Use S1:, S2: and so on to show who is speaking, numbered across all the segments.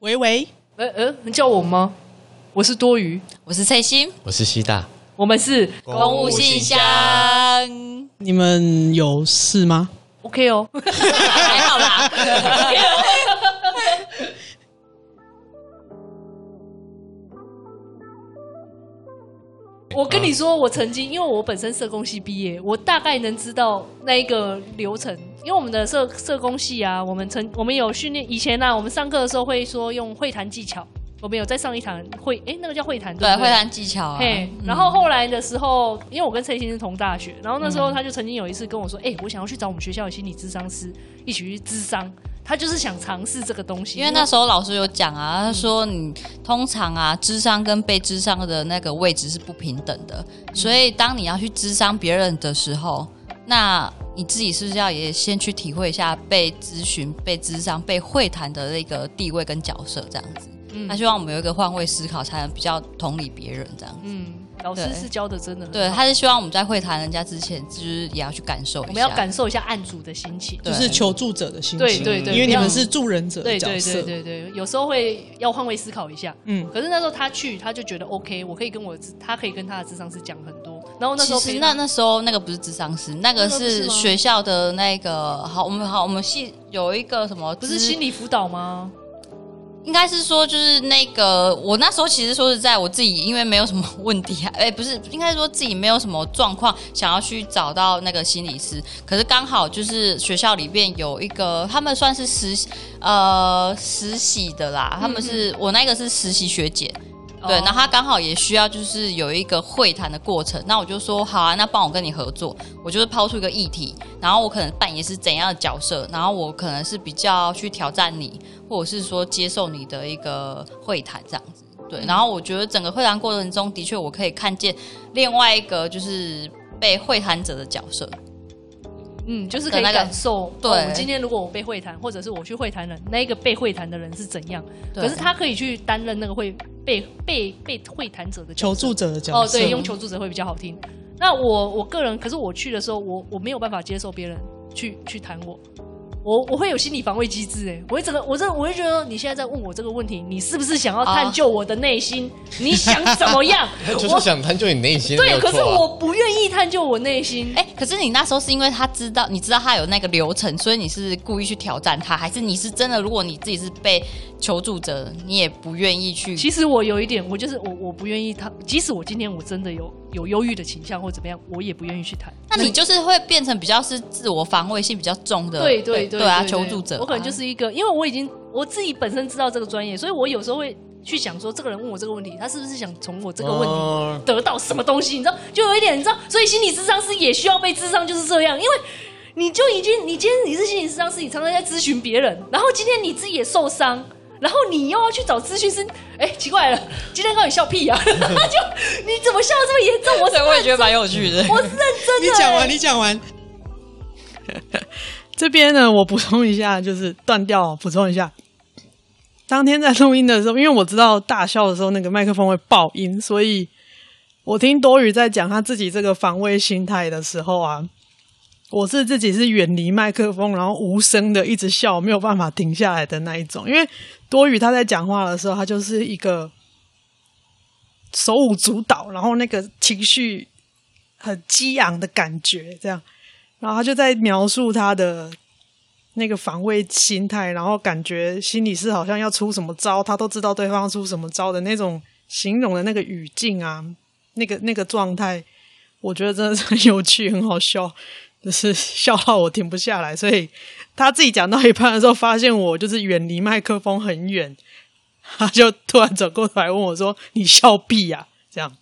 S1: 喂喂，
S2: 呃呃，你叫我吗？我是多余，
S3: 我是蔡心，
S4: 我是西大，？
S2: 我们是
S3: 公务信箱，
S1: 你们有事吗？
S2: OK 哦。
S3: 还好啦。
S2: 我跟你说，我曾经因为我本身社工系毕业，我大概能知道那一个流程。因为我们的社社工系啊，我们曾我们有训练，以前啊，我们上课的时候会说用会谈技巧，我们有在上一堂会，哎、那个叫会谈，对
S3: 对，
S2: 不对
S3: 会谈技巧啊，
S2: 嘿，然后后来的时候，因为我跟陈先生同大学，然后那时候他就曾经有一次跟我说：“
S3: 嗯
S2: 哎、我想要去找我们学校的心理咨商师一起去咨商。”他就是想尝试这个东西，
S3: 因为那时候老师有讲啊，他说你通常啊，智商跟被智商的那个位置是不平等的，所以当你要去智商别人的时候，那你自己是不是要也先去体会一下被咨询、被智商、被会谈的那个地位跟角色这样子？他希望我们有一个换位思考，才能比较同理别人这样子。
S2: 嗯，老师
S3: 对
S2: 是教的真的很
S3: 对，
S2: 好
S3: 他是希望我们在会谈人家之前，就是也要去感受一下。
S2: 我们要感受一下案主的心情。
S1: 就是求助者的心情，
S2: 对对对
S1: 因为你
S2: 不要
S1: 们是助人者的
S2: 对
S1: 角
S2: 对
S1: 色，
S2: 对对对，有时候会要换位思考一下。
S1: 嗯，
S2: 可是那时候他去，他就觉得 OK，我可以跟我的咨他可以跟他的智商师讲很多。然后那时候
S3: 其
S2: 陪
S3: 实
S2: 他
S3: 那那时候那个不是智商师，那个
S1: 那个不是
S3: 是
S1: 吗
S3: 学校的那个好，我们好，我们系有一个什么
S2: 不是
S3: 心
S2: 心理辅导吗？
S3: 应该是说，就是那个我那时候其实说实在，我自己因为没有什么问题啊，哎、 不是，应该说自己没有什么啊状况，想要去找到那个心理师。可是刚好就是学校里面有一个，他们算是实习呃实习的啦，他们是、我那个是实习学姐。对，
S2: 哦
S3: 然后他刚好也需要就是有一个会谈的过程，那我就说好啊，那帮我跟你合作，我就是抛出一个议题，然后我可能扮演是怎样的角色，然后我可能是比较去挑战你，或者是说接受你的一个会谈这样子。
S2: 嗯
S3: 对，然后我觉得整个会谈过程中，的确我可以看见另外一个就是被会谈者的角色。
S2: 嗯，就是可以
S3: 的那个
S2: 感受。
S3: 对
S2: 哦我今天如果我被会谈，或者是我去会谈人，那一个被会谈的人是怎样？
S3: 对
S2: 可是他可以去担任那个会被被被会谈者的角
S1: 求
S2: 色
S1: 助者的角
S2: 哦，
S1: 色，
S2: 对，用求助者会比较好听。那我我个人，可是我去的时候，我我没有办法接受别人去去谈我，我我会有心理防卫机制、哎，我会整个我真的我会觉得你现在在问我这个问题，你是不是想要
S3: 啊
S2: 探究我的内心？你想怎么样
S4: 就是
S2: 我
S4: 想探究你内心没
S2: 对，
S4: 有
S2: 可是
S4: 错啊
S2: 我不愿意探究我内心。
S3: 哎、可是你那时候是因为他知道，你知道他有那个流程，所以你是故意去挑战他，还是你是真的？如果你自己是被求助者，你也不愿意去
S2: 其实我有一点，我就是我我不愿意他，即使我今天我真的有有忧郁的倾向或怎么样，我也不愿意去谈。
S3: 那你就是会变成比较是自我防卫性比较重的，
S2: 对对
S3: 对
S2: 对
S3: 啊，
S2: 对
S3: 求助者啊，
S2: 我可能就是一个，因为我已经我自己本身知道这个专业，所以我有时候会去想说，这个人问我这个问题，他是不是想从我这个问题
S4: 哦
S2: 得到什么东西？你知道，就有一点，你知道，所以心理咨商师也需要被咨商，就是这样，因为。你就已经，你今天你是心理咨商师，你常常在咨询别人，然后今天你自己也受伤，然后你又要去找咨询师，哎，奇怪了，今天告诉你笑屁啊， 就你怎么笑得这么严重？我是
S3: 对，我也觉得蛮有趣 的。
S2: 我是认真的、
S1: 你讲完，你讲完。欸 这边呢，我补充一下，就是断掉，补充一下。当天在录音的时候，因为我知道大笑的时候那个麦克风会爆音，所以我听多余在讲他自己这个防卫心态的时候啊，我是自己是远离麦克风，然后无声的一直笑，没有办法停下来的那一种。因为多余他在讲话的时候，他就是一个手舞足蹈，然后那个情绪很激昂的感觉，这样。然后他就在描述他的那个防卫心态，然后感觉心里是好像要出什么招，他都知道对方要出什么招的那种形容的那个语境啊，那个那个状态，我觉得真的是很有趣，很好笑，就是笑到我停不下来。所以他自己讲到一半的时候，发现我就是远离麦克风很远，他就突然转过头来问我说：“你笑屁呀、这样。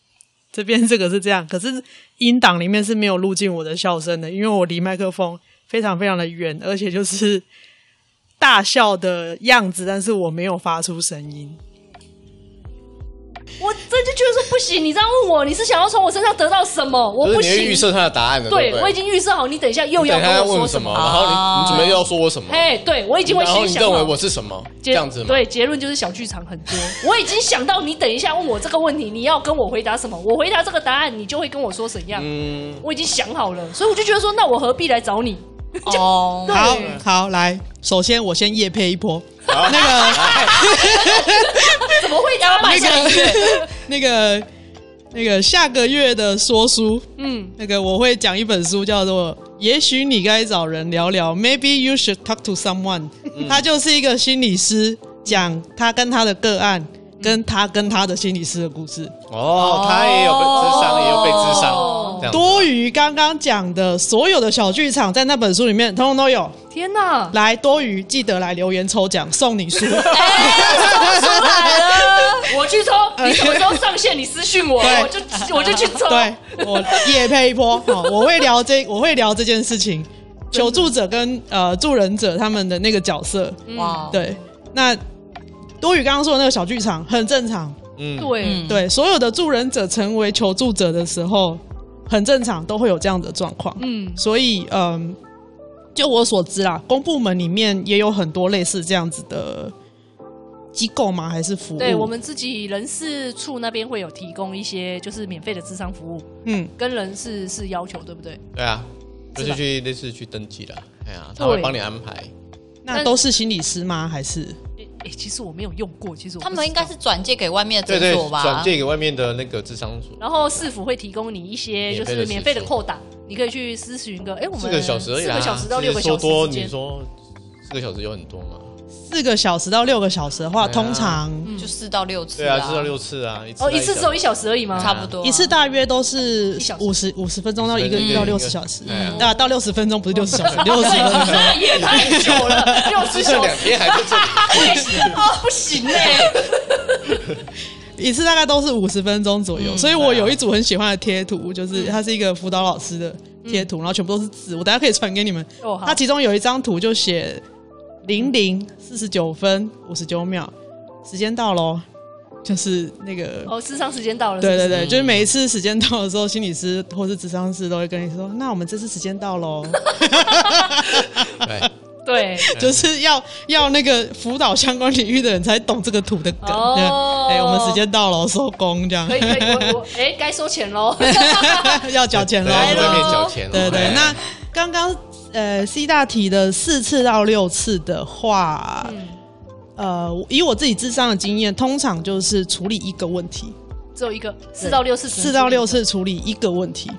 S1: 这边这个是这样，可是音档里面是没有录进我的笑声的，因为我离麦克风非常非常的远，而且就是 大笑的样子，但是我没有发出声音。
S2: 我真就觉得说不行，你这样问我，你是想要从我身上得到什么？我
S4: 就是
S2: 不
S4: 你会预
S2: 行。
S4: 设他的答案的，
S2: 对
S4: 对不对
S2: 我已经预设好，你等一下又
S4: 你
S2: 要
S4: 等他
S2: 跟我
S4: 问
S2: 说
S4: 什么，
S2: 么。
S4: 然后你你准备又要说我什么，
S2: 哎，对我已经会
S4: 然后
S2: 先
S4: 你
S2: 想
S4: 认为
S2: 好
S4: 我是什么
S2: 结
S4: 这样子吗？
S2: 对，结论就是小剧场很多。 我已经想到你等一下问我这个问题，你要跟我回答什么？我回答这个答案，你就会跟我说怎样。
S4: 嗯，
S2: 我已经想好了，所以我就觉得说，那我何必来找你？
S3: 哦，
S1: 好好来，首先我先夜配一波，那个
S4: 来
S3: 音乐，
S1: 那个那个下个月的说书，
S2: 嗯，
S1: 那个我会讲一本书，叫做《也许你该找人聊聊》，Maybe you should talk to someone、他就是一个心理师，讲他跟他的个案，
S2: 嗯
S1: 跟他跟他的心理师的故事。
S4: 哦，他也有被智商，也有被智
S2: 哦
S4: 商，这样子啊
S1: 多余刚刚讲的所有的小剧场，在那本书里面通通都有。
S2: 天哪，
S1: 来，多余记得来留言抽奖，送你书。
S2: 哎出来了，我去抽，你什么时候上线？你私讯我，
S1: 对
S2: 我就我就去 抽。
S1: 对我也配一波， 好，我会聊这，我会聊这件事情。求助者跟呃助人者他们的那个角色，
S2: 嗯
S3: 哇，
S1: 对，那多宇刚刚说的那个小剧场很正常，
S4: 嗯，
S2: 对，
S3: 嗯，
S1: 对，所有的助人者成为求助者的时候，很正常，都会有这样的状况。
S2: 嗯
S1: 所以，嗯，就我所知啦，公部门里面也有很多类似这样子的机构吗？还是服务？
S2: 对我们自己人事处那边会有提供一些就是免费的智商服务，
S1: 嗯，
S2: 跟人事是要求，对不对？
S4: 对啊，就是是
S2: 吧
S4: 去类似去登记了，哎呀，他
S2: 对
S4: 会帮你安排，
S1: 那都是心理师吗？还是
S2: 诶、诶其实我没有用过，其实我
S3: 他
S2: 不
S3: 们
S2: 知
S3: 应该
S2: 道。
S3: 是转借给外面的
S4: 对
S3: 诊
S4: 对
S3: 所，吧？
S4: 转借给外面的那个智商所，
S2: 然后市府会提供你一些就
S4: 免费
S2: 是
S4: 的
S2: 免费的
S4: 时数
S2: 扣打，你可以去咨询个，哎，我们
S4: 四个小时而已
S2: 四
S4: 啦，
S2: 个小时到六个
S4: 其实
S2: 小
S4: 说多
S2: 时之
S4: 你
S2: 间，
S4: 说四个小时有很多吗？
S1: 四个小时到六个小时的话，
S4: 对啊
S1: 通常
S3: 就四到六次、
S4: 对啊，至少 六次啊，一次
S2: 哦，一次只有一小时而已吗？
S3: 差不多啊、
S1: 一次大约都是
S2: 小时
S1: 五十五十分钟到一个
S4: 对对对
S1: 到六十小时
S4: 对啊，
S1: 啊，到六十分钟不是六十小时，六十分钟。
S2: 那也太久了，六十
S4: 至少
S2: 小
S4: 两
S2: 时
S4: 天还是这
S2: 哦，不行哎，
S1: 一次大概都是五十分钟左右，所以我有一组很喜欢的贴图，就是它是一个辅导老师的贴图，然后全部都是字，我等下可以传给你们。
S2: 哦好
S1: 它其中有一张图就写零零四十九分五十九秒，时间到喽，就是那个。
S2: 哦，智商时间到了，
S1: 对
S2: 是嗯
S1: 对
S2: 不是
S1: 对，就是每一次时间到的时候，心理师或是智商师都会跟你说：“那我们这次时间到喽，
S4: 对，
S2: 对，
S1: 就是要要那个辅导相关领域的人才懂这个图的梗。对
S2: 哦
S1: 哎、我们时间到喽，收工这样
S2: 可，以 可以，我我哎，该收钱喽，
S1: 要交钱喽。
S4: 来
S2: 咯
S4: 外面缴钱哦，
S1: 对对
S4: 哎，
S1: 那刚刚呃 C 大题的四次到六次的话，呃，以我自己智商的经验，通常就是处理一个问题，
S2: 只有一个四到六次，
S1: 四到六。次处理一个问题。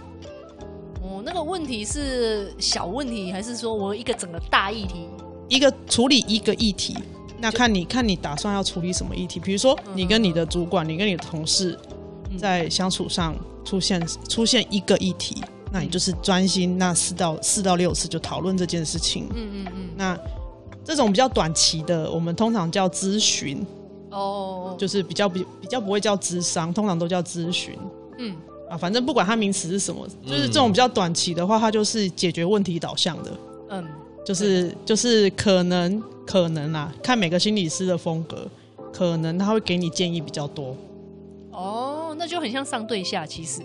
S2: 哦，那个问题是小问题，还是说我一个整个大议题？
S1: 一个处理一个议题。嗯那看你看你打算要处理什么议题，比如说你跟你的主管，你跟你的同事在相处上出现出现一个议题，那你就是专心那四到四到六次就讨论这件事情。
S2: 嗯嗯嗯，
S1: 那这种比较短期的，我们通常叫咨询，
S2: 哦，
S1: 就是比较比比较不会叫智商，通常都叫咨询
S2: 嗯，
S1: 啊。反正不管它名词是什么，就是这种比较短期的话，它就是解决问题导向的。
S2: 嗯，
S1: 就是就是可能可能啦，看每个心理师的风格，可能他会给你建议比较多，
S2: 哦，那就很像上对下，其实，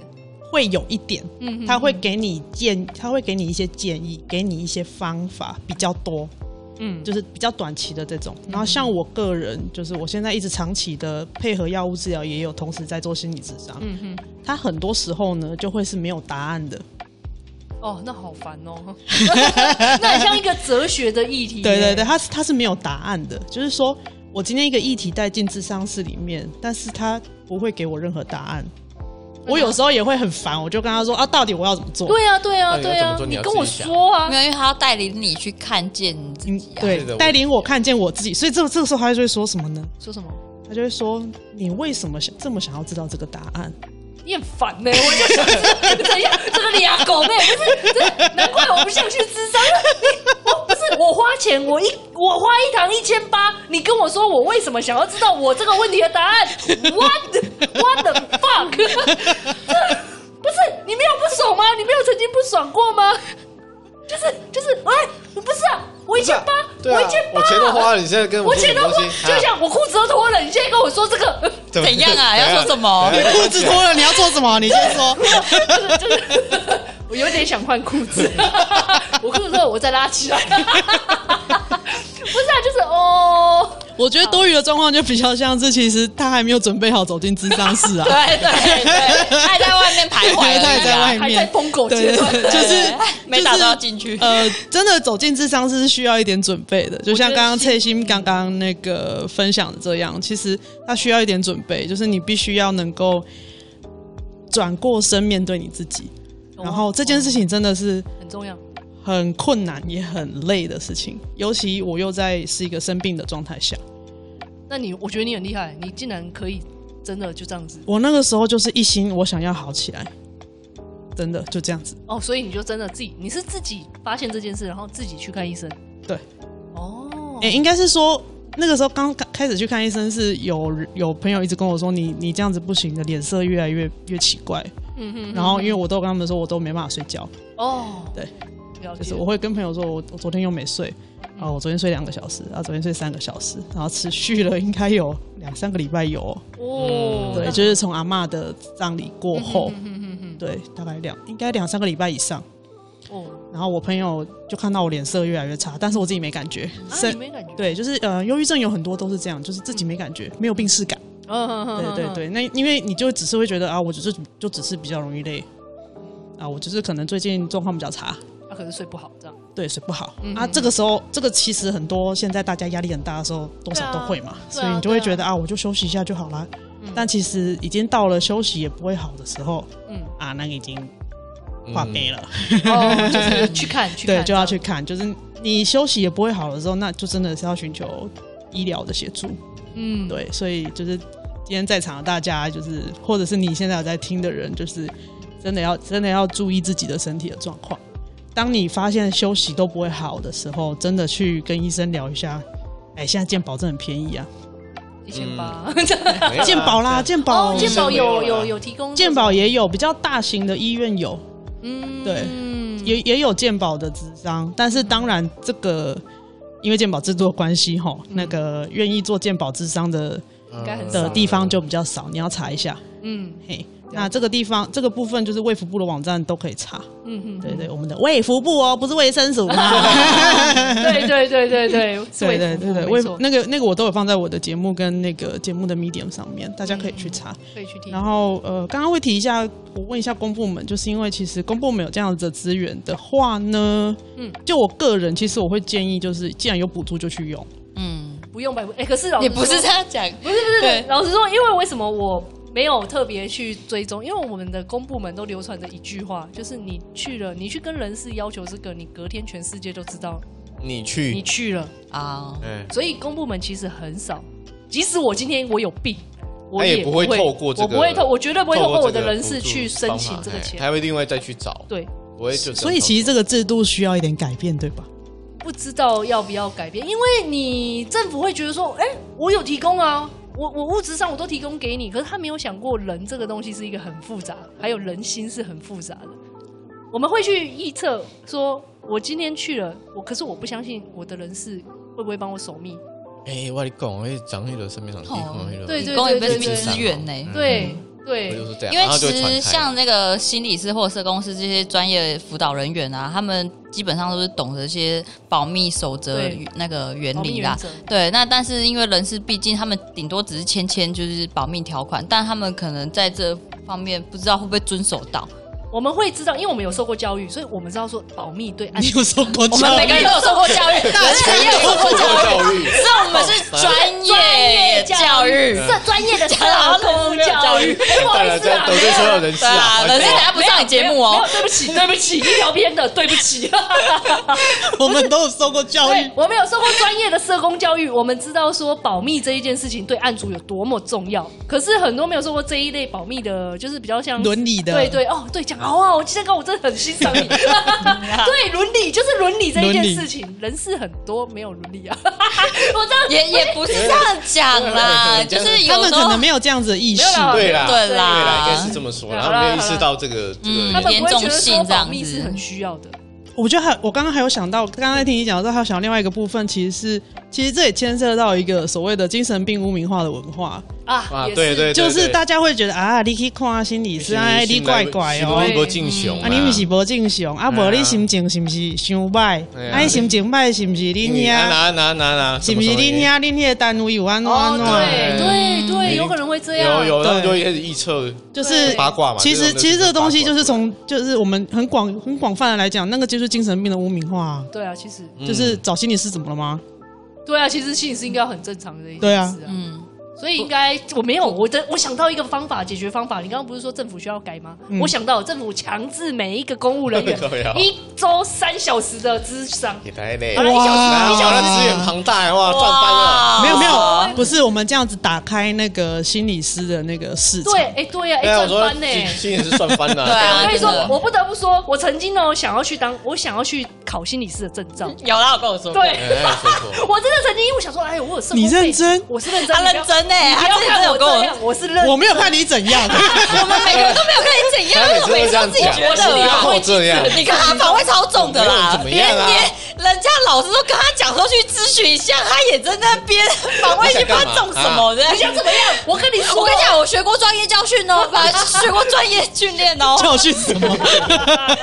S1: 会有一点，
S2: 嗯
S1: 他会给你建，他会给你一些建议，给你一些方法比较多，
S2: 嗯，
S1: 就是比较短期的这种。然后像我个人，就是我现在一直长期的配合药物治疗，也有同时在做心理咨商，
S2: 嗯哼，
S1: 他很多时候呢就会是没有答案的，
S2: 哦，那好烦哦， 那很像一个哲学的议
S4: E
S2: 题。
S1: 对对对，，它是它是没有答案的，就是说我今天一个议题带进智商室里面，但是他不会给我任何答案。
S4: 嗯
S1: 我有时候也会很烦，我就跟他说啊，到底我要怎么做？
S2: 对啊，对啊，
S4: 那你
S2: 对
S4: 要怎
S2: 啊
S4: 么，做你要
S2: 跟我
S4: 自己想
S2: 说啊
S3: 没，有，因为他要带领你去看见 你自
S1: 嗯
S3: 己啊。
S1: 对
S4: 是的我
S1: 带领我看见我自己。所以这这个时候他就会说什么呢？
S2: 说什么？
S1: 他就会说你为什么想这么想要知道这个答 案？
S2: 你很烦呢、我就想 这怎样，这个俩狗妹，不是，这难怪我不想去智商。你我不是我花钱，我一我花一堂一千八，你跟我说我为什么想要知道我这个问题的答案？What what the fuck？这不是你没有不爽吗？你没有曾经不爽过吗？就是就是，哎、不是啊，我一千八，
S4: 对啊
S2: 我一千，八，
S4: 我钱都花了，你现在跟
S2: 我
S4: 说什
S2: 钱
S4: 么
S2: 都花，
S4: 东西啊
S2: 就像我裤子都脱了，你现在跟我说这个。
S4: 怎么
S3: 怎样啊要说什么
S4: 等一下
S1: 裤子脱了你要做什么？你先 说。
S2: 就是就是，我有点想换裤 子，我裤子脱了我再拉起来。不是啊，就是哦，
S1: 我觉得多余的 状况就比较像是，其实他还没有准备好走进智商室啊。
S3: 对对对，爱在外外面徘徊而已啊，
S1: 他还在外
S2: 还在
S1: 面，
S2: 疯狗阶
S1: 对
S2: 段，
S1: 对对就是
S3: 没打到进去。
S1: 呃，真的走进智商是需要一点准备的，就像刚刚翠心刚刚那个分享的这样，其实它需要一点准备，就是你必须要能够转过身面对你自己，
S2: 哦
S1: 然后这件事情真的是
S2: 很重要。
S1: 很困难也很累的事情，尤其我又在是一个生病的状态下，
S2: 那你，我觉得你很厉害，你竟然可以真的就这样子
S1: 我那个时候就是一心我想要好起来，真的就这样子，
S2: 哦，所以你就真的自己，你是自己发现这件事，然后自己去看医生。
S1: 对。
S2: 哦，
S1: 诶、应该是说那个时候刚刚开始去看医生，是有有朋友一直跟我说，你你这样子不行，你的脸色越来越越奇怪。
S2: 嗯哼，
S1: 然后因为我都有跟他们说，我都没办法睡觉，
S2: 哦，
S1: 对，
S2: 了解。
S1: 就是我会跟朋友说，我我昨天又没睡，啊，我昨天睡两个小时，啊，昨天睡三个小时，然后持续了应该有两三个礼拜有哦，
S2: 哦，
S1: 对，
S2: 那
S1: 就是从阿嬷的葬礼过后，
S2: 嗯哼哼
S1: 对，大概两应该两三个礼拜以上。
S2: 哼哦，
S1: 然后我朋友就看到我脸色越来越差，但是我自己没感觉，
S2: 啊，
S1: 是
S2: 你没感觉？
S1: 对，就是呃，忧郁症有很多都是这样，就是自己没感觉，没有病耻感。
S2: 嗯哼哼
S1: 对
S2: 哼
S1: 对
S2: 哼
S1: 对，那因为你就只是会觉得啊，我只是就只是比较容易累啊，我就是可能最近状况比较差，
S2: 他啊可能睡不好这样。
S1: 对，睡不好、
S2: 嗯
S1: 啊。这个时候，这个其实很多现在大家压力很大的时候，多少都会嘛，
S2: 对啊
S1: 所以你就会觉得啊我就休息一下就好啦。但其实已经到了休息也不会好的时候，
S2: 嗯
S1: 嗯啊，那个已经
S4: 嗯
S1: 画杯了，
S2: 哦，就是去看，去看，
S1: 对，就要去看。就是你休息也不会好的时候，那就真的是要寻求医疗的协助。
S2: 嗯，
S1: 对，所以就是今天在场的大家，就是或者是你现在有在听的人，就是真的要真的要注意自己的身体的状况。当你发现休息都不会好的时候，真的去跟医生聊一下。哎，现在健保真的很便宜啊！
S2: 一千八。
S1: 嗯
S4: 没有啊
S1: 健保啦，健保，
S2: 哦，健保有
S4: 有
S2: 有
S4: 啦
S2: 有提供这种，
S1: 健保也有，比较大型的医院有，
S2: 嗯，
S1: 对
S2: 嗯，
S1: 也也有健保的智商，但是当然这个因为健保制度的关系哈，那
S2: 嗯
S1: 个愿意做健保智商的
S4: 应
S2: 该很少
S1: 的地方就比较少，你要查一下。
S2: 嗯
S1: 嘿，那这个地方这个部分就是卫福部的网站都可以查。
S2: 嗯嗯，
S1: 对对，我们的卫福部哦，不是卫生署啊。
S2: 对对对对对，是
S1: 对
S2: 卫
S1: 对
S2: 福
S1: 对
S2: 部
S1: 对，
S2: 没
S1: 卫
S2: 错，
S1: 那个那个我都有放在我的节目跟那个节目的 Medium 上面，大家可以去查。
S2: 可以去听
S1: 然。后呃，刚刚会提一下，我问一下公部门，就是因为其实公部门有这样子的资源的话呢，
S2: 嗯
S1: 嗯，就我个人其实我会建议，就是既然有补助就去用，
S3: 嗯，
S2: 不用白不，哎、可是老
S3: 你
S2: 师
S3: 不是这样 讲，不是不是对，
S2: 老实说，因为为什么我没有特别去追踪？因为我们的公部门都流传着一句话，就是你去了，你去跟人事要求这个，你隔天全世界都知道
S4: 你
S2: 你
S4: 去，
S2: 去了。
S3: 啊，
S4: 嗯，
S2: 所以公部门其实很少，即使我今天我有病，我
S4: 他也
S2: 不
S4: 不会透过这
S2: 我
S4: 个
S2: 不会透，我绝对不会透过我的
S4: 这个
S2: 人事
S4: 补助
S2: 去申请
S4: 帮忙
S2: 这个
S4: 哎
S2: 钱。
S4: 他会另外再去找，
S2: 对，
S4: 不会就
S1: 所以其实这个制度需要一点改变，对吧？
S2: 不知道要不要改变，因为你政府会觉得说，哎、我有提供啊，我我物质上我都提供给你，可是他没有想过人这个东西是一个很复杂，还有人心是很复杂的。我们会去臆测说，我今天去了，我可是我不相信我的人事会不会帮我守密，
S3: 嗯
S4: 哎，我跟你讲，我长迄个身边上
S3: 哦
S2: 对对
S3: 你公里被
S2: 对
S3: 是资源呢。
S4: 嗯
S2: 对、对
S4: 我就，是这样，
S3: 因为
S4: 然后就
S3: 其
S4: 会传
S3: 实
S4: 开
S3: 像那个心理师或者社工师这些专业辅导人员啊，他们基本上都是懂得一些保密守则
S2: 对
S3: 与那个原
S2: 保密
S3: 理
S2: 原
S3: 啦。
S2: 则
S3: 对，那但是因为人事，毕竟他们顶多只是签签就是保密条款，但他们可能在这方面不知道会不会遵守到。
S2: 我们会知道，因为我们有受过教育，所以我们知道说保密对安
S1: 你有受过
S3: 我们
S1: 教
S3: 每
S1: 育
S3: 个人都有受过教 育，大家也有受过
S4: 受过
S3: 教育，
S4: 教育，
S3: 是我们是 专业教育。
S2: 是专业的社 工教
S3: 教
S2: 育
S3: 育，
S2: 哎不好意
S4: 大
S2: 思
S4: 家
S2: 啊，
S4: 得罪所有人士
S3: 对啊，
S4: 啊，
S3: 人是等下不上你节目
S2: 没
S3: 哦
S2: 有，。对不 起，对不起，一条边的，对不 起。
S1: 我们都有受过教
S2: 对
S1: 育，，
S2: 我们有受过专业的社工教育，我们知道说保密这一件事情对案主有多么重要。可是很多没有受过这一类保密的，就是比较像
S1: 伦理的
S2: 对对哦，对讲哦啊，我今天刚我真的很欣赏 你。对，伦理就是伦理这一件事情，人是很多没有伦理 啊。我这样
S3: 也也不是这样讲啦，
S4: 对
S3: 就是
S1: 他
S3: 有
S1: 们
S3: 时
S1: 可
S3: 候
S1: 能没有这样子的意识
S2: 没有。啦
S4: 对啦，
S3: 对
S4: 对啊啦，应
S3: 啦
S4: 该是，这么说，
S2: 对啊
S4: 然后没有意识到这个这
S3: 嗯
S2: 他
S4: 个
S2: 们
S4: 原
S2: 不
S4: 因
S2: 会觉
S3: 严重
S2: 得
S3: 性
S2: 说
S3: 这样
S2: 保密
S3: 子
S2: 是很需要的。
S1: 我觉得还，我刚刚还有想到，刚刚在听你讲的时候，还有想到另外一个部分，其实是，其实这也牵涉到一个所谓的精神病污名化的文化，
S2: 啊，
S4: 啊，
S2: 也
S4: 对对，对
S1: 就是
S4: 对
S1: 大家会觉得啊，你去看心理师，啊，你怪怪哦，
S4: 一波进雄
S1: 啊，你毋是无正常，啊，
S4: 哎呀
S1: 无你心情是毋是伤歹？
S4: 哎呀
S1: 啊，你心情歹是毋是恁
S4: 拿
S1: 遐？
S4: 拿拿拿拿，
S1: 是毋是恁啊
S4: 呀？
S1: 遐恁遐单位有安怎安啊
S2: 哦，
S1: 怎？
S2: 对对对对，有可能会这样。
S4: 嗯啊有有，他们
S1: 对
S4: 就会开始臆测，
S1: 就是
S4: 八卦嘛
S1: 啊其
S4: 这
S1: 实
S4: 种
S1: 其实这个东西
S4: 八卦
S1: 就是从就是我们很广很广泛的来讲，那个就是精神病的污名化啊、
S2: 对啊，其实
S4: 嗯
S1: 就是找心理师怎么了吗？
S2: 对啊，其实心理是应该很正常的一
S1: 对
S2: 件
S1: 啊
S2: 事啊。
S3: 嗯，
S2: 所以应该我没有，我的我想到一个方法，解决方法。你刚刚不是说政府需要改吗？
S1: 嗯
S2: 我想到政府强制每一个公务人员
S4: 靠腰
S2: 一周三小时的智商。
S4: 也太累，
S2: 好了一小时
S4: 哇
S2: 一小时
S4: 哇那资源庞大，哇，赚翻
S2: 哦
S4: 了。
S1: 没有没
S3: 哇
S1: 有，不是我们这样子打开那个心理师的那个市场
S2: 对，，哎、对呀、
S4: 对啊
S2: 哎、
S4: 我
S2: 转
S4: 说
S2: 翻呢、
S4: 今今年是算翻了，
S3: 对啊
S2: 我跟你说
S3: 真的，
S2: 我不得不说，我曾经呢想要去当，我想要去考心理师的证照。
S3: 有啦，我跟我说过，
S2: 对
S4: 哎，说说
S2: 我真的曾经，我想说，哎，我有社工
S1: 你
S2: 背景
S1: 认真
S2: 我是认真，
S3: 他
S2: 你
S3: 认
S2: 不要
S3: 真哎，
S2: 你
S3: 他
S2: 不要
S3: 之前真
S2: 看
S3: 的
S2: 我
S3: 有
S2: 这
S3: 跟我，
S2: 样，我是认真。
S1: 我没有看你怎 样，
S3: 我们每个人都没有跟你怎样，
S4: 他
S3: 我每
S4: 每次
S3: 次都
S4: 都
S3: 自己
S4: 这样
S3: 觉
S4: 讲
S3: 得
S4: 你看
S3: 啦
S4: 我。这样
S3: 你看他防会超重的啦，
S4: 怎么样啊
S3: 连连人家老师都跟他讲说去咨询一下，他也在那边防卫心不知道重什
S4: 啊
S3: 么的。
S2: 你想怎么样？我跟你说，
S3: 我跟你讲，我学过专业教训哦，反正 学过专业训练 哦。
S1: 教训什么？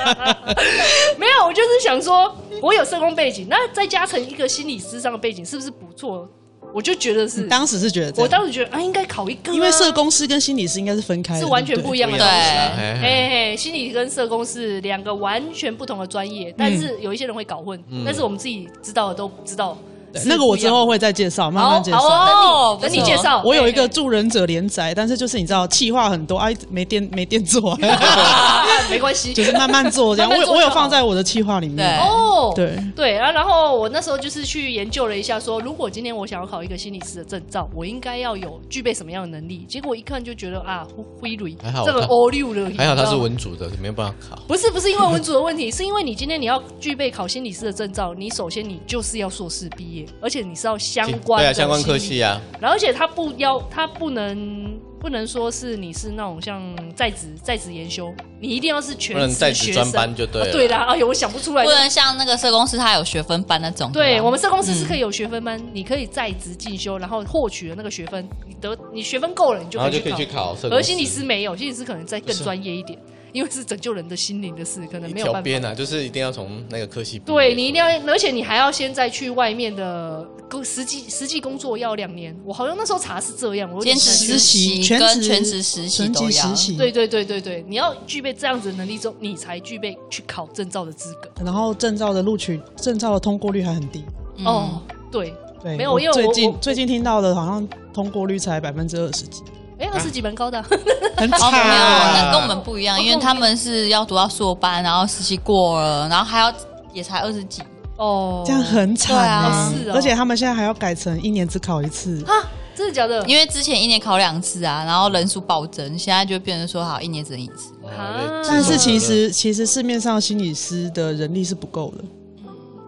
S2: 没有，我就是想说，我有社工背景，那再加成一个心理师上的背景，是不是不错？我就觉得是，
S1: 嗯当时是觉得这样，
S2: 嗯我当时觉得啊，应该考一个啊、
S1: 因为社工啊师跟心理师应该是分开的，
S2: 是完全不一样的东西。
S3: 对
S4: 哎
S2: 嘿嘿，心理跟社工是两个完全不同的专业，但是有一些人会搞混，但是我们自己知道的都知道
S1: 嗯对。
S2: 是
S1: 那个我
S2: 不一
S1: 之
S2: 样
S1: 后会再介绍，慢
S2: 好
S1: 慢介
S2: 好
S1: 绍。
S2: 哦，
S3: 不
S2: 等你
S3: 错
S2: 等你介绍。
S1: 我有一
S2: 嘿
S1: 个
S2: 嘿
S1: 助人者连载，但是就是你知道，气话很多，哎、没电没电做，啊
S2: 没关 系，
S1: 就是慢慢做这样。
S2: 慢慢做
S1: 我有我有
S2: 就好
S1: 放在我的气话里面。
S3: 对
S2: 哦，
S1: 对
S2: 对啊，然后我那时候就是去研究了一下说如果今天我想要考一个心理师的证照，我应该要有具备什么样的能力？结果一看就觉得啊，灰驴
S4: 还好，我
S2: 这个
S4: 看
S2: 欧六了，
S4: 还好他
S2: 你知
S4: 是
S2: 道吗
S4: 文组的，没有办法考。
S2: 不是不是因为文组的问题，是因为你今天你要具备考心理师的证照，你首先你就是要硕士毕业，而且你是要相关
S4: 对
S2: 的
S4: 啊，相关
S2: 心
S4: 科
S2: 理
S4: 系啊，
S2: 然后而且他不要，他不能不能说是你是那种像在职在职研修，你一定要是全
S4: 不能在职
S2: 职学
S4: 专
S2: 生
S4: 班就对了
S2: 啊对啦，哎呦，我想不出来
S3: 不。能像那个社公司，他有学分班那种。
S2: 对
S3: 吧
S2: 我们社公司是可以有学分班，你可以在职进修，然后获取了那个学分，你得你学分够了，你就
S4: 然后
S2: 可
S4: 就可以
S2: 以
S4: 去
S2: 去考。
S4: 考社工
S2: 而
S4: 师。
S2: 心理师没有，心理师可能再更
S4: 是
S2: 专业一点，因为是拯救人的心灵的事，可能
S4: 一
S2: 没有
S4: 条
S2: 办法。
S4: 边啊，就是一定要从那个科系毕业。
S2: 对你一定要，而且你还要先再去外面的工实际实际工作要两年。我好像那时候查是这样，我有点
S3: 兼职
S2: 忘记
S3: 实
S1: 实
S3: 习
S1: 习、
S3: 跟
S1: 全
S3: 全职实习
S1: 全
S3: 都
S1: 职
S3: 要
S1: 实习，
S2: 对对对对对，你要具备这样子的能力之后，你才具备去考证照的资格。
S1: 然后证照的录取、证照的通过率还很低。
S3: 嗯
S2: 哦，对，
S1: 对，
S2: 没有
S1: 我
S2: 因为我
S1: 最近
S2: 我
S1: 最近听到的好像通过率才百分之二十 几，
S2: 哎，二十几蛮高的啊，
S1: 很
S3: 哦，
S1: 惨、
S3: 没有，那
S1: 啊。
S3: 跟我们不一样，因为他们是要读到硕班，然后实习过了，然后还要也才二十几，
S2: 哦，
S1: 这样很惨、啊
S2: 对啊是哦
S1: 而且他们现在还要改成一年只考一次。
S2: 啊，真的假的？
S3: 因为之前一年考两次啊，然后人数暴增，现在就变成说好一年只能一次。
S4: 啊，
S1: 但是其实其实市面上心理师的人力是不够的，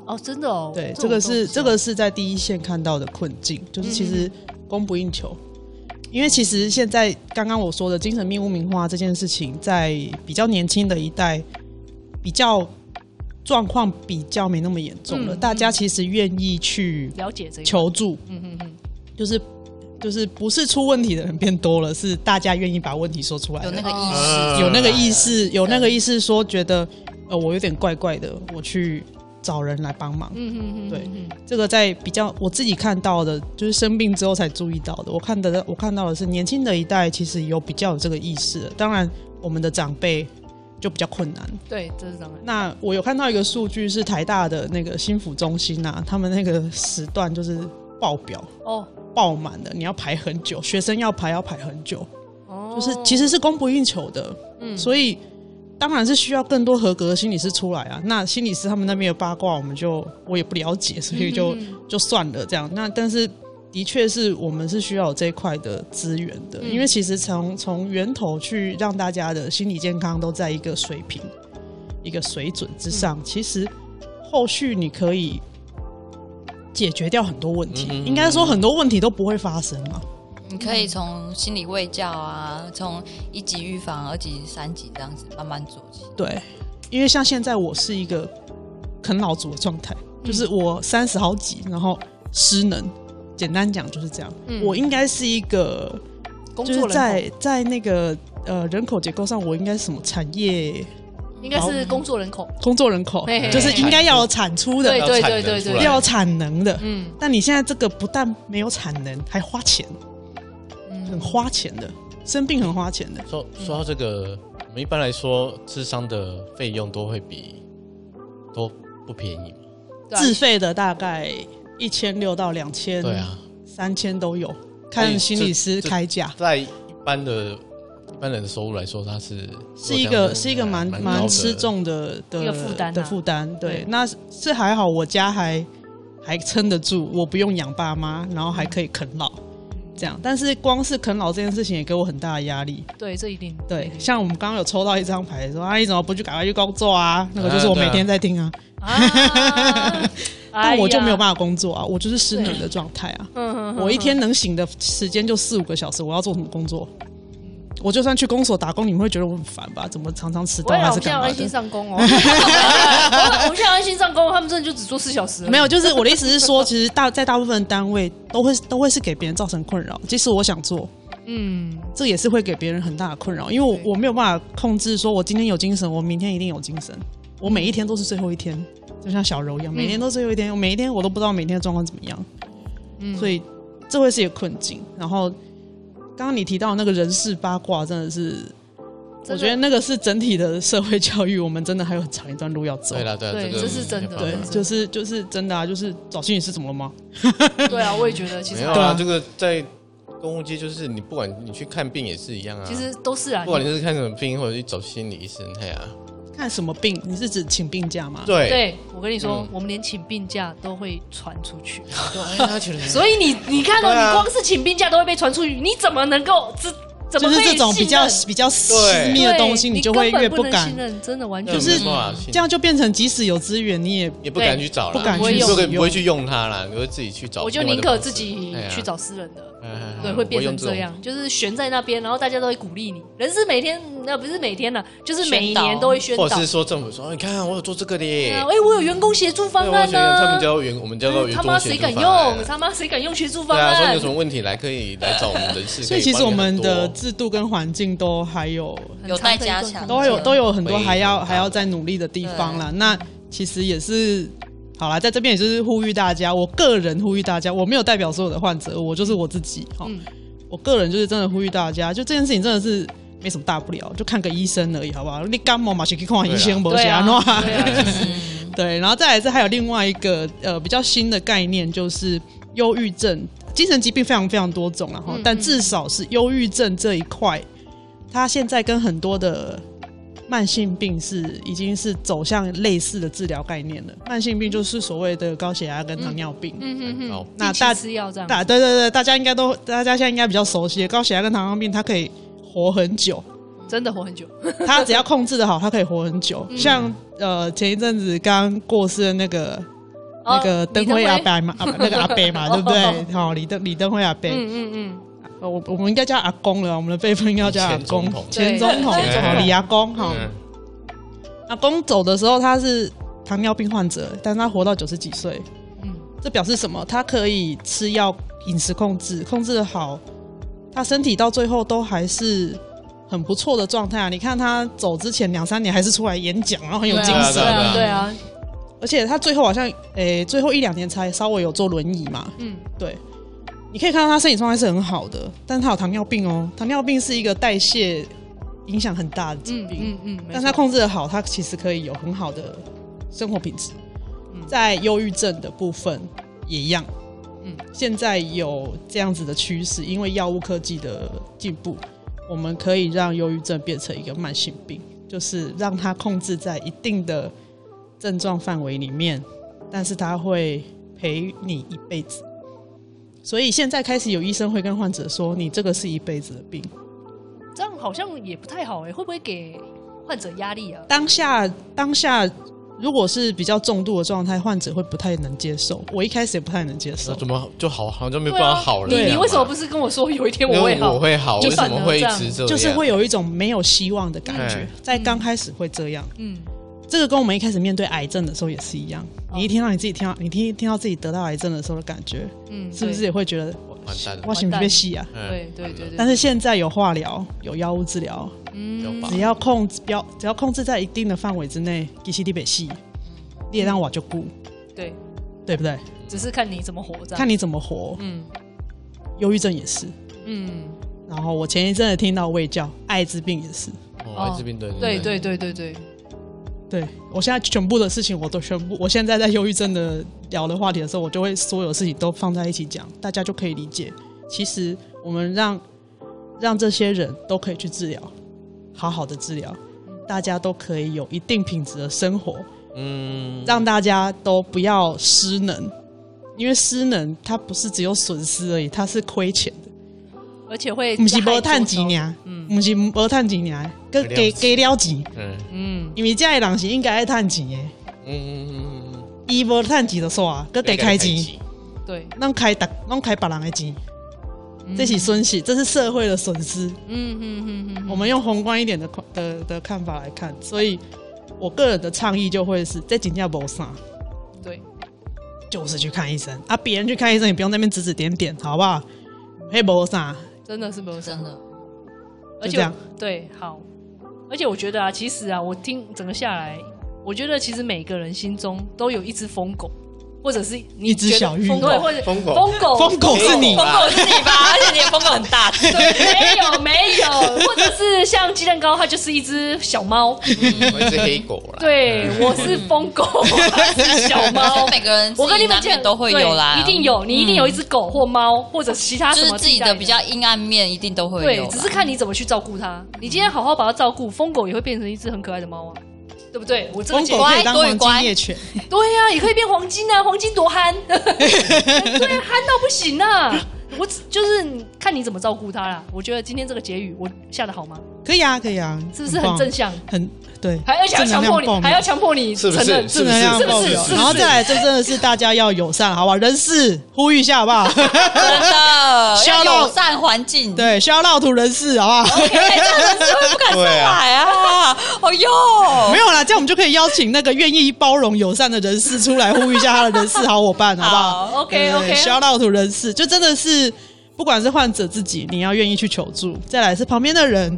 S2: 哦，真的哦，
S1: 对，这
S2: 种
S1: 个
S2: 东
S1: 是
S2: 西
S1: 这个是在第一线看到的困境，就是其实
S2: 嗯
S1: 供不应求。因为其实现在刚刚我说的精神病污名化这件事情，在比较年轻的一代，比较状况比较没那么严重了，
S2: 嗯
S1: 大家其实愿意去
S2: 了解这个，
S1: 求助，
S2: 嗯嗯嗯，
S1: 就是就是不是出问题的人变多了，是大家愿意把问题说出来
S3: 有
S1: 的
S3: 那个意识，
S4: 嗯
S1: 有那个呃意识，有那个意识说觉得呃我有点怪怪的，我去找人来帮忙。
S2: 嗯嗯嗯，
S1: 对
S2: 嗯，
S1: 这个在比较我自己看到的，就是生病之后才注意到的。我看的我看到的是年轻的一代其实有比较有这个意识了，当然我们的长辈就比较困难。
S2: 对，这是当然，
S1: 那我有看到一个数据是台大的那个心辅中心啊，他们那个时段就是爆表
S2: 哦
S1: 爆满的，你要排很久，学生要排要排很久。
S2: 哦，
S1: 就是其实是供不应求的，
S2: 嗯
S1: 所以当然是需要更多合格的心理师出来啊。那心理师他们那边有八卦，我们就我也不了解，所以就、
S2: 哦
S1: 就算了这样。那但是的确是我们是需要有这一块的资源的，
S2: 嗯
S1: 因为其实从从源头去让大家的心理健康都在一个水平、一个水准之
S4: 嗯
S1: 上，其实后续你可以。解决掉很多问题，
S4: 嗯嗯嗯
S1: 应该说很多问题都不会发生啊。
S3: 你可以从心理卫教啊，从一级预防、二级、三级这样子慢慢做起。
S1: 对，因为像现在我是一个啃老族的状态，
S4: 嗯
S2: 嗯
S1: 就是我三十好几，然后失能，简单讲就是这样。
S2: 嗯
S1: 我应该是一个，
S2: 工
S1: 就
S2: 作
S1: 是
S2: 人口
S1: 在在那个呃人口结构上，我应该是什么产业
S2: 应该是工作人口，
S1: 工作人口
S2: 嘿嘿，
S1: 就是应该要有产出的
S2: 对，对对对
S4: 要产能出来
S2: 对，
S1: 要有产能的。
S2: 嗯
S1: 但你现在这个不但没有产能，还花钱，
S2: 嗯
S1: 很花钱的，生病很花钱的。
S4: 说说到这个，我们一般来说，智商的费用都会比都不便宜嘛。
S2: 对啊
S1: 自费的大概一千六到两千，
S4: 对啊，
S1: 三千都有，
S4: 所
S1: 看
S4: 以
S1: 心
S4: 这
S1: 理师
S4: 这
S1: 开价。
S4: 在一般的一般人的收入来说，它是
S1: 是一个是一个蛮
S4: 高
S1: 蛮
S4: 的
S1: 吃重的的
S2: 一个负担啊
S1: 的负担。对
S2: 对，
S1: 那是是还好，我家还还撑得住，我不用养爸妈，然后还可以啃老，这样。但是光是啃老这件事情也给我很大的压力。
S2: 对，这一定
S1: 对，像我们刚刚有抽到一张牌说啊，你怎么不去赶快去工作啊？那个就是
S4: 啊
S1: 我
S4: 对啊
S1: 每天在听啊，
S2: 啊， 哎
S1: 但我就没有
S2: 法，
S1: 办法工作啊，我就是失能的状态 啊。
S2: 嗯哼哼
S1: 我一天能醒的时间就四五个小时，我要做什么工作？我就算去公所打工，你们会觉得我很烦吧？怎么常常迟
S2: 我
S1: 到
S2: 也
S1: 还
S2: 我
S1: 是
S2: 们现在
S1: 干
S2: 有
S1: 嘛
S2: 安
S1: 的
S2: 心？上 工哦，我 们我们现在有安心上工，他们真的就只做四小时而 已，
S1: 没有，就是我的意思是说，其实大在大部分单位都会 都会是给别人造成困扰。即使我想做，
S2: 嗯，
S1: 这也是会给别人很大的困扰，因为我
S2: 对
S1: 我没有办法控制，说我今天有精神，我明天一定有精神，我每一天都是最后一天，就像小柔一样，每天都是最后一天，我每一天我都不知道每天的状况怎么样，
S2: 嗯
S1: 所以这会是一个困境。然后刚刚你提到那个人事八卦，真的是。
S2: 真的
S1: 我觉得那个是整体的社会教育，我们真的还有很长一段路要走
S4: 对。啦对啦，
S2: 对
S4: 个
S2: 这是真的
S4: 没办法
S1: 对
S2: 真，的
S1: 就是就是真的啊，就是找心理师怎么了吗？
S2: 对啊，我也觉得其
S4: 没
S2: 实
S4: 有
S1: 对
S4: 啊
S1: 啊，
S4: 这个在公务界就是你不管你去看病也是一样啊。
S2: 其实都是啊，
S4: 不管你是看什么病，或者去走心理医生，哎呀，
S1: 看什么病？你是指请病假吗？
S4: 对，
S2: 对我跟你说
S4: 嗯，
S2: 我们连请病假都会传出去，
S4: 他觉得
S2: 所以你你看到
S4: 对啊
S2: 你光是请病假都会被传出去，你怎么能够这怎么
S1: 就
S2: 可以
S1: 是这种比较
S2: 信
S1: 比较私密
S2: 任
S1: 的东西，
S2: 对
S1: 你
S2: 你
S1: 就会
S2: 根
S1: 越
S2: 本
S1: 不
S2: 不能
S1: 敢
S2: 信。任，真的完全
S4: 这
S1: 就是
S4: 没办法信，
S1: 这样就变成即使有资源，你也
S4: 也不敢
S2: 对
S4: 去找啦，
S1: 不敢
S4: 不
S2: 去
S4: 会
S2: 用
S4: 不会不会去用它啦，你会自己去找
S2: 我就
S4: 另外
S2: 宁
S4: 的
S2: 可
S4: 方式。
S2: 自己
S4: 哎呀
S2: 去找私人的。
S4: 哎呀，
S2: 对，
S4: 哎
S2: 会变
S4: 我
S2: 成
S4: 用
S2: 这
S4: 种
S2: 样，就是悬在那边，然后大家都会鼓励你。人是每天，那不是每天了、就是每一
S3: 宣导
S2: 年都会宣导。
S4: 或者是说政府说，哦你看我有做这个的
S2: 哎、
S4: 耶，
S2: 啊诶我有员工协助方
S4: 对我
S2: 案
S4: 选
S2: 呢、
S4: 的他们
S2: 啊，
S4: 叫员，我们叫做员
S2: 他
S4: 工
S2: 妈
S4: 协
S2: 谁
S4: 助
S2: 敢
S4: 方案啊
S2: 用？他妈谁敢用协助方
S4: 对啊，说你
S2: 案
S4: 有什？么问题来可以来找我们 人事，
S1: 所以其
S4: 可
S1: 实我
S4: 帮你
S1: 们
S4: 很多嗯
S1: 的制度跟环境都还有
S2: 很
S3: 有
S2: 长
S3: 待
S2: 的一
S3: 加
S2: 段
S3: 强
S1: 都还有
S3: 嗯
S1: 都有很多还要
S4: 对
S1: 还要再努力的地方啦。那其实也是好啦，在这边也就是呼吁大家，我个人呼吁大家，我没有代表所有的患者，我就是我自己。哦
S2: 嗯
S1: 我个人就是真的呼吁大家，就这件事情真的是。没什么大不了，就看个医生而已，好不好？你感冒嘛，是去看医生，不
S2: 对
S1: 是
S2: 啊
S1: 安怎 样
S2: 对啊，就是
S1: 对，然后再来是还有另外一个呃比较新的概念，就是忧郁症。精神疾病非常非常多种了哈，
S2: 嗯
S1: 但
S2: 嗯
S1: 至少是忧郁症这一块，它现在跟很多的慢性病是已经是走向类似的治疗概念了。慢性病就是所谓的高血压跟糖尿病。
S2: 嗯哼哼，
S4: 好
S1: 那
S2: 定期
S1: 大
S2: 吃药这样，
S1: 大对对对，大家应该都大家现在应该比较熟悉，高血压跟糖尿病它可以活很久，
S2: 真的活很久。
S1: 它只要控制的好，它可以活很久。
S2: 嗯
S1: 像呃前一阵子刚过世的那个那个
S2: 哦
S1: 灯辉阿，伯
S2: 李哦
S1: 嘛，阿 那个阿伯嘛，对不对？好，李登李登辉阿伯，
S2: 嗯嗯嗯，
S1: 呃我我们应该叫阿公了，我们的辈分应该要叫阿
S4: 前
S1: 公
S4: 总统，
S1: 前总统，
S4: 对
S1: 好，李阿公，好，
S4: 嗯
S1: 阿公走的时候他是糖尿病患者，但他活到九十几岁，
S2: 嗯
S1: 这表示什么？他可以吃药、饮食控制，控制的好，他身体到最后都还是。很不错的状态啊！你看他走之前两三年还是出来演讲，然后很有
S2: 对啊
S1: 精神，
S2: 对啊，对啊，
S1: 而且他最后好像，诶、最后一两年才稍微有坐轮椅嘛，
S2: 嗯，
S1: 对，你可以看到他身体状态是很好的，但他有糖尿病哦。糖尿病是一个代谢影响很大的疾
S2: 嗯
S1: 病，
S2: 嗯嗯，没
S1: 但
S2: 错
S1: 他控制的好，他其实可以有很好的生活品质。在忧郁症的部分也一样，嗯
S2: 嗯，
S1: 现在有这样子的趋势，因为药物科技的进步，我们可以让忧郁症变成一个慢性病，就是让它控制在一定的症状范围里面，但是它会陪你一辈子。所以现在开始有医生会跟患者说，你这个是一辈子的病。
S2: 这样好像也不太好哎，会不会给患者压力啊？
S1: 当下当下如果是比较重度的状态，患者会不太能接受。我一开始也不太能接
S4: 那
S1: 受，
S4: 怎么就好好像没
S2: 对
S4: 办法
S2: 啊，
S4: 好了一样嘛？
S2: 你你为什么不是跟我说有一天
S4: 因
S2: 我会
S4: 为
S2: 好？
S4: 我会好，
S1: 就
S4: 为什么
S2: 反而
S4: 会一
S2: 这样
S4: 直这样？
S1: 就是会有一种没有希望的感觉
S4: 嗯，
S1: 在刚开始会这样。
S2: 嗯，
S1: 这个跟我们一开始面对癌症的时候也是一样，
S4: 嗯
S1: 你一听到你自己听到你听听到自己得到癌症的时候的感觉，
S2: 嗯，
S1: 是不是也会觉得
S4: 完蛋了
S1: 哇，什么被戏啊？
S4: 嗯
S2: 对？对对对对，
S1: 但是现在有化疗，有药物治疗，
S2: 嗯
S4: 吧
S1: 只要控制标，只要控制在一定的范围之内，其实你被戏，
S4: 嗯
S1: 你也让我就顾，
S2: 对，
S1: 对不对？
S4: 啊
S2: 只是看你怎么活着。
S4: 嗯
S1: 看你怎么活。
S2: 嗯
S1: 忧郁症也是，
S2: 嗯，
S1: 然后我前一阵子听到卫教，艾滋病也是。
S4: 哦，艾滋病对
S2: 对对对对对，
S1: 对我现在全部的事情我都全部，我现在在忧郁症的聊的话题的时候，我就会所有事情都放在一起讲，大家就可以理解。其实我们让让这些人都可以去治疗，好好的治疗，大家都可以有一定品质的生活，
S4: 嗯，
S1: 让大家都不要失能，因为失能它不是只有损失而已，它是亏钱的。
S2: 而且会
S1: 不是无探几
S2: 年，
S1: 年，啊不是无探几年，啊跟嗯给给了钱，
S4: 嗯
S2: 嗯，
S1: 因为这的人是应该爱探钱的。
S4: 嗯嗯嗯嗯，
S1: 伊无趁钱就煞啊，佮得开钱，
S2: 对，
S1: 拢开逐拢开别人的钱，这是损失，这是社会的损失。
S2: 嗯嗯嗯嗯，
S1: 我们用宏观一点的看的的看法来看，所以我个人的倡议就会是，这真正无啥，
S2: 嗯对，
S1: 就是去看医生啊，别人去看医生也不用在那边指指点点，好不好？嘿，无啥，
S2: 真的是没有
S3: 真的，
S2: 而
S1: 就
S2: 且
S1: 这样
S2: 我对好，而且我觉得啊，其实啊，我听整个下来，我觉得其实每个人心中都有一只疯狗，或者是你
S1: 一只
S2: 觉得
S1: 小玉
S2: 疯狗，
S1: 狗
S2: 或者
S4: 疯狗
S2: 疯狗，
S1: 疯狗是你
S3: 疯，
S2: 哦
S3: 狗是你吧？而且你的疯狗很大只，
S2: 没有没有，或者是像鸡蛋糕，它就是一只小猫。
S4: 我是黑狗啦。
S2: 对，我是疯 狗，它是小猫。
S3: 每个人
S2: 我跟你们
S3: 自己
S2: 讲，
S3: 难免都会有啦，
S2: 对一定有，你一定有一只狗或猫，或者其他
S3: 就
S2: 什
S3: 是
S2: 么
S3: 自己
S2: 代
S3: 的比较阴暗面，一定都会有
S2: 对
S3: 啦，。
S2: 只是看你怎么去照顾它。你今天好好把它照顾，疯狗也会变成一只很可爱的猫啊，对不对？我这个
S1: 疯
S2: 姐
S1: 狗可以当
S3: 乖
S1: 黄
S3: 多
S1: 金
S3: 于
S1: 猎犬，
S2: 对呀、也可以变黄金啊，黄金多憨， 对啊，憨到不行啊。我只就是你看你怎么照顾它啦。我觉得今天这个结语我下的好吗？
S1: 可以啊，可以啊，
S2: 是不是很
S1: 棒
S2: 正？向？
S1: 很对，
S2: 还而且还
S1: 正
S2: 强
S1: 能
S2: 迫
S1: 量
S2: 你
S1: 爆，
S2: 还
S1: 表
S2: 要强迫你承
S4: 是不是
S2: 认，
S4: 是
S1: 正能量
S2: 是不
S1: 爆
S2: 是
S1: 表
S2: 是，不
S1: 然后
S2: 是
S1: 再来，这真的是大家要友善，好不好？人事呼吁一下，好不好？
S3: 真的
S1: Shout
S3: 要
S1: out
S3: 友善环境。
S1: 对，需要绕土人事，好不好？
S3: 哎，这样人是会不敢上来啊！哦哟，
S1: 没有啦，这样我们就可以邀请那个愿意包容友善的人士出来呼吁一下他的人事好伙伴，好不好
S3: 好
S2: ，OK，OK
S1: 需要绕土人士，就真的是不管是患者自己，你要愿意去求助，再来是旁边的人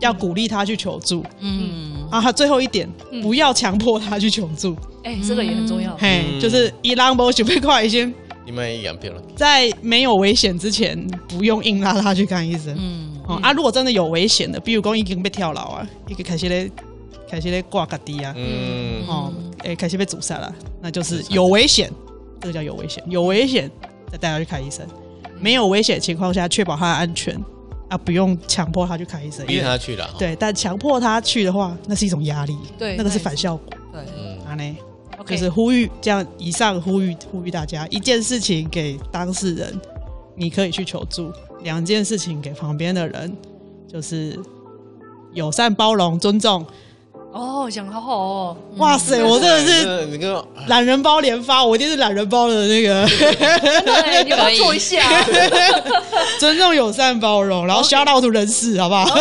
S1: 要鼓励他去求助
S3: 嗯，
S1: 啊。最后一点，不要强迫他去求助，
S2: 哎，这个也很重要。
S1: 嘿，
S4: 嗯
S1: 就是伊朗波许贝快已经
S4: 你们也养不了。
S1: 在没有危险之前，不用硬拉他去看医生。
S3: 嗯，
S1: 哦、啊，如果真的有危险的，比如讲已经被跳楼啊，一个开始咧开始咧挂个低啊，
S4: 嗯，
S1: 哦，诶、开始被阻杀了，那就是有危险，这个叫有危险，有危险再带他去看医生，没有危险的情况下确保他的安全啊，不用强迫他去看医生，
S4: 逼他去了。，
S1: 对，但强迫他去的话，那是一种压力，
S2: 对
S1: 那个是反效果
S3: 对，
S4: 嗯，
S1: 啊呢。就
S2: OK，
S1: 是呼吁这样，以上呼吁呼吁大家一件事情给当事人，你可以去求助；两件事情给旁边的人，就是友善、包容、尊重。
S2: 哦，讲得好好哦，
S1: 哇塞，我真的是
S4: 哎你跟我
S1: 懒人包连发，我一定是懒人包的那个
S2: 对，你帮我做一下。
S1: 尊重、友善、包容，然后
S2: OK
S1: 消到图人士，好不好？
S2: OK，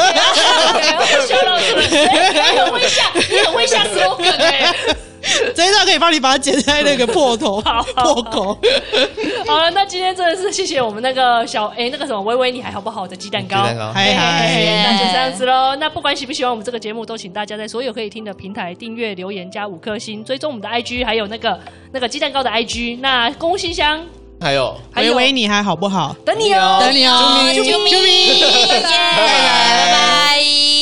S2: 笑到出来，哎你很会下，你很会下 slogan 哎。
S1: 这一段可以帮你把它剪在那个破头、
S2: 好
S1: 破口。
S2: 好了，那今天真的是谢谢我们那个小哎那个什么微微，你还好不好的鸡蛋糕？
S4: 鸡蛋糕
S1: 嗨嗨，
S2: 那就这样子喽。那不管喜不喜欢我们这个节目，都请大家在所有可以听的平台订阅、留言加五颗星，追踪我们的 IG，还有那个那个鸡蛋糕的 IG。那公信箱，
S4: 还有
S2: 还
S1: 维
S2: 有
S1: 维，你还好不好？
S2: 哦等你哦，
S1: 你
S3: 哦，啾咪，耶，拜拜。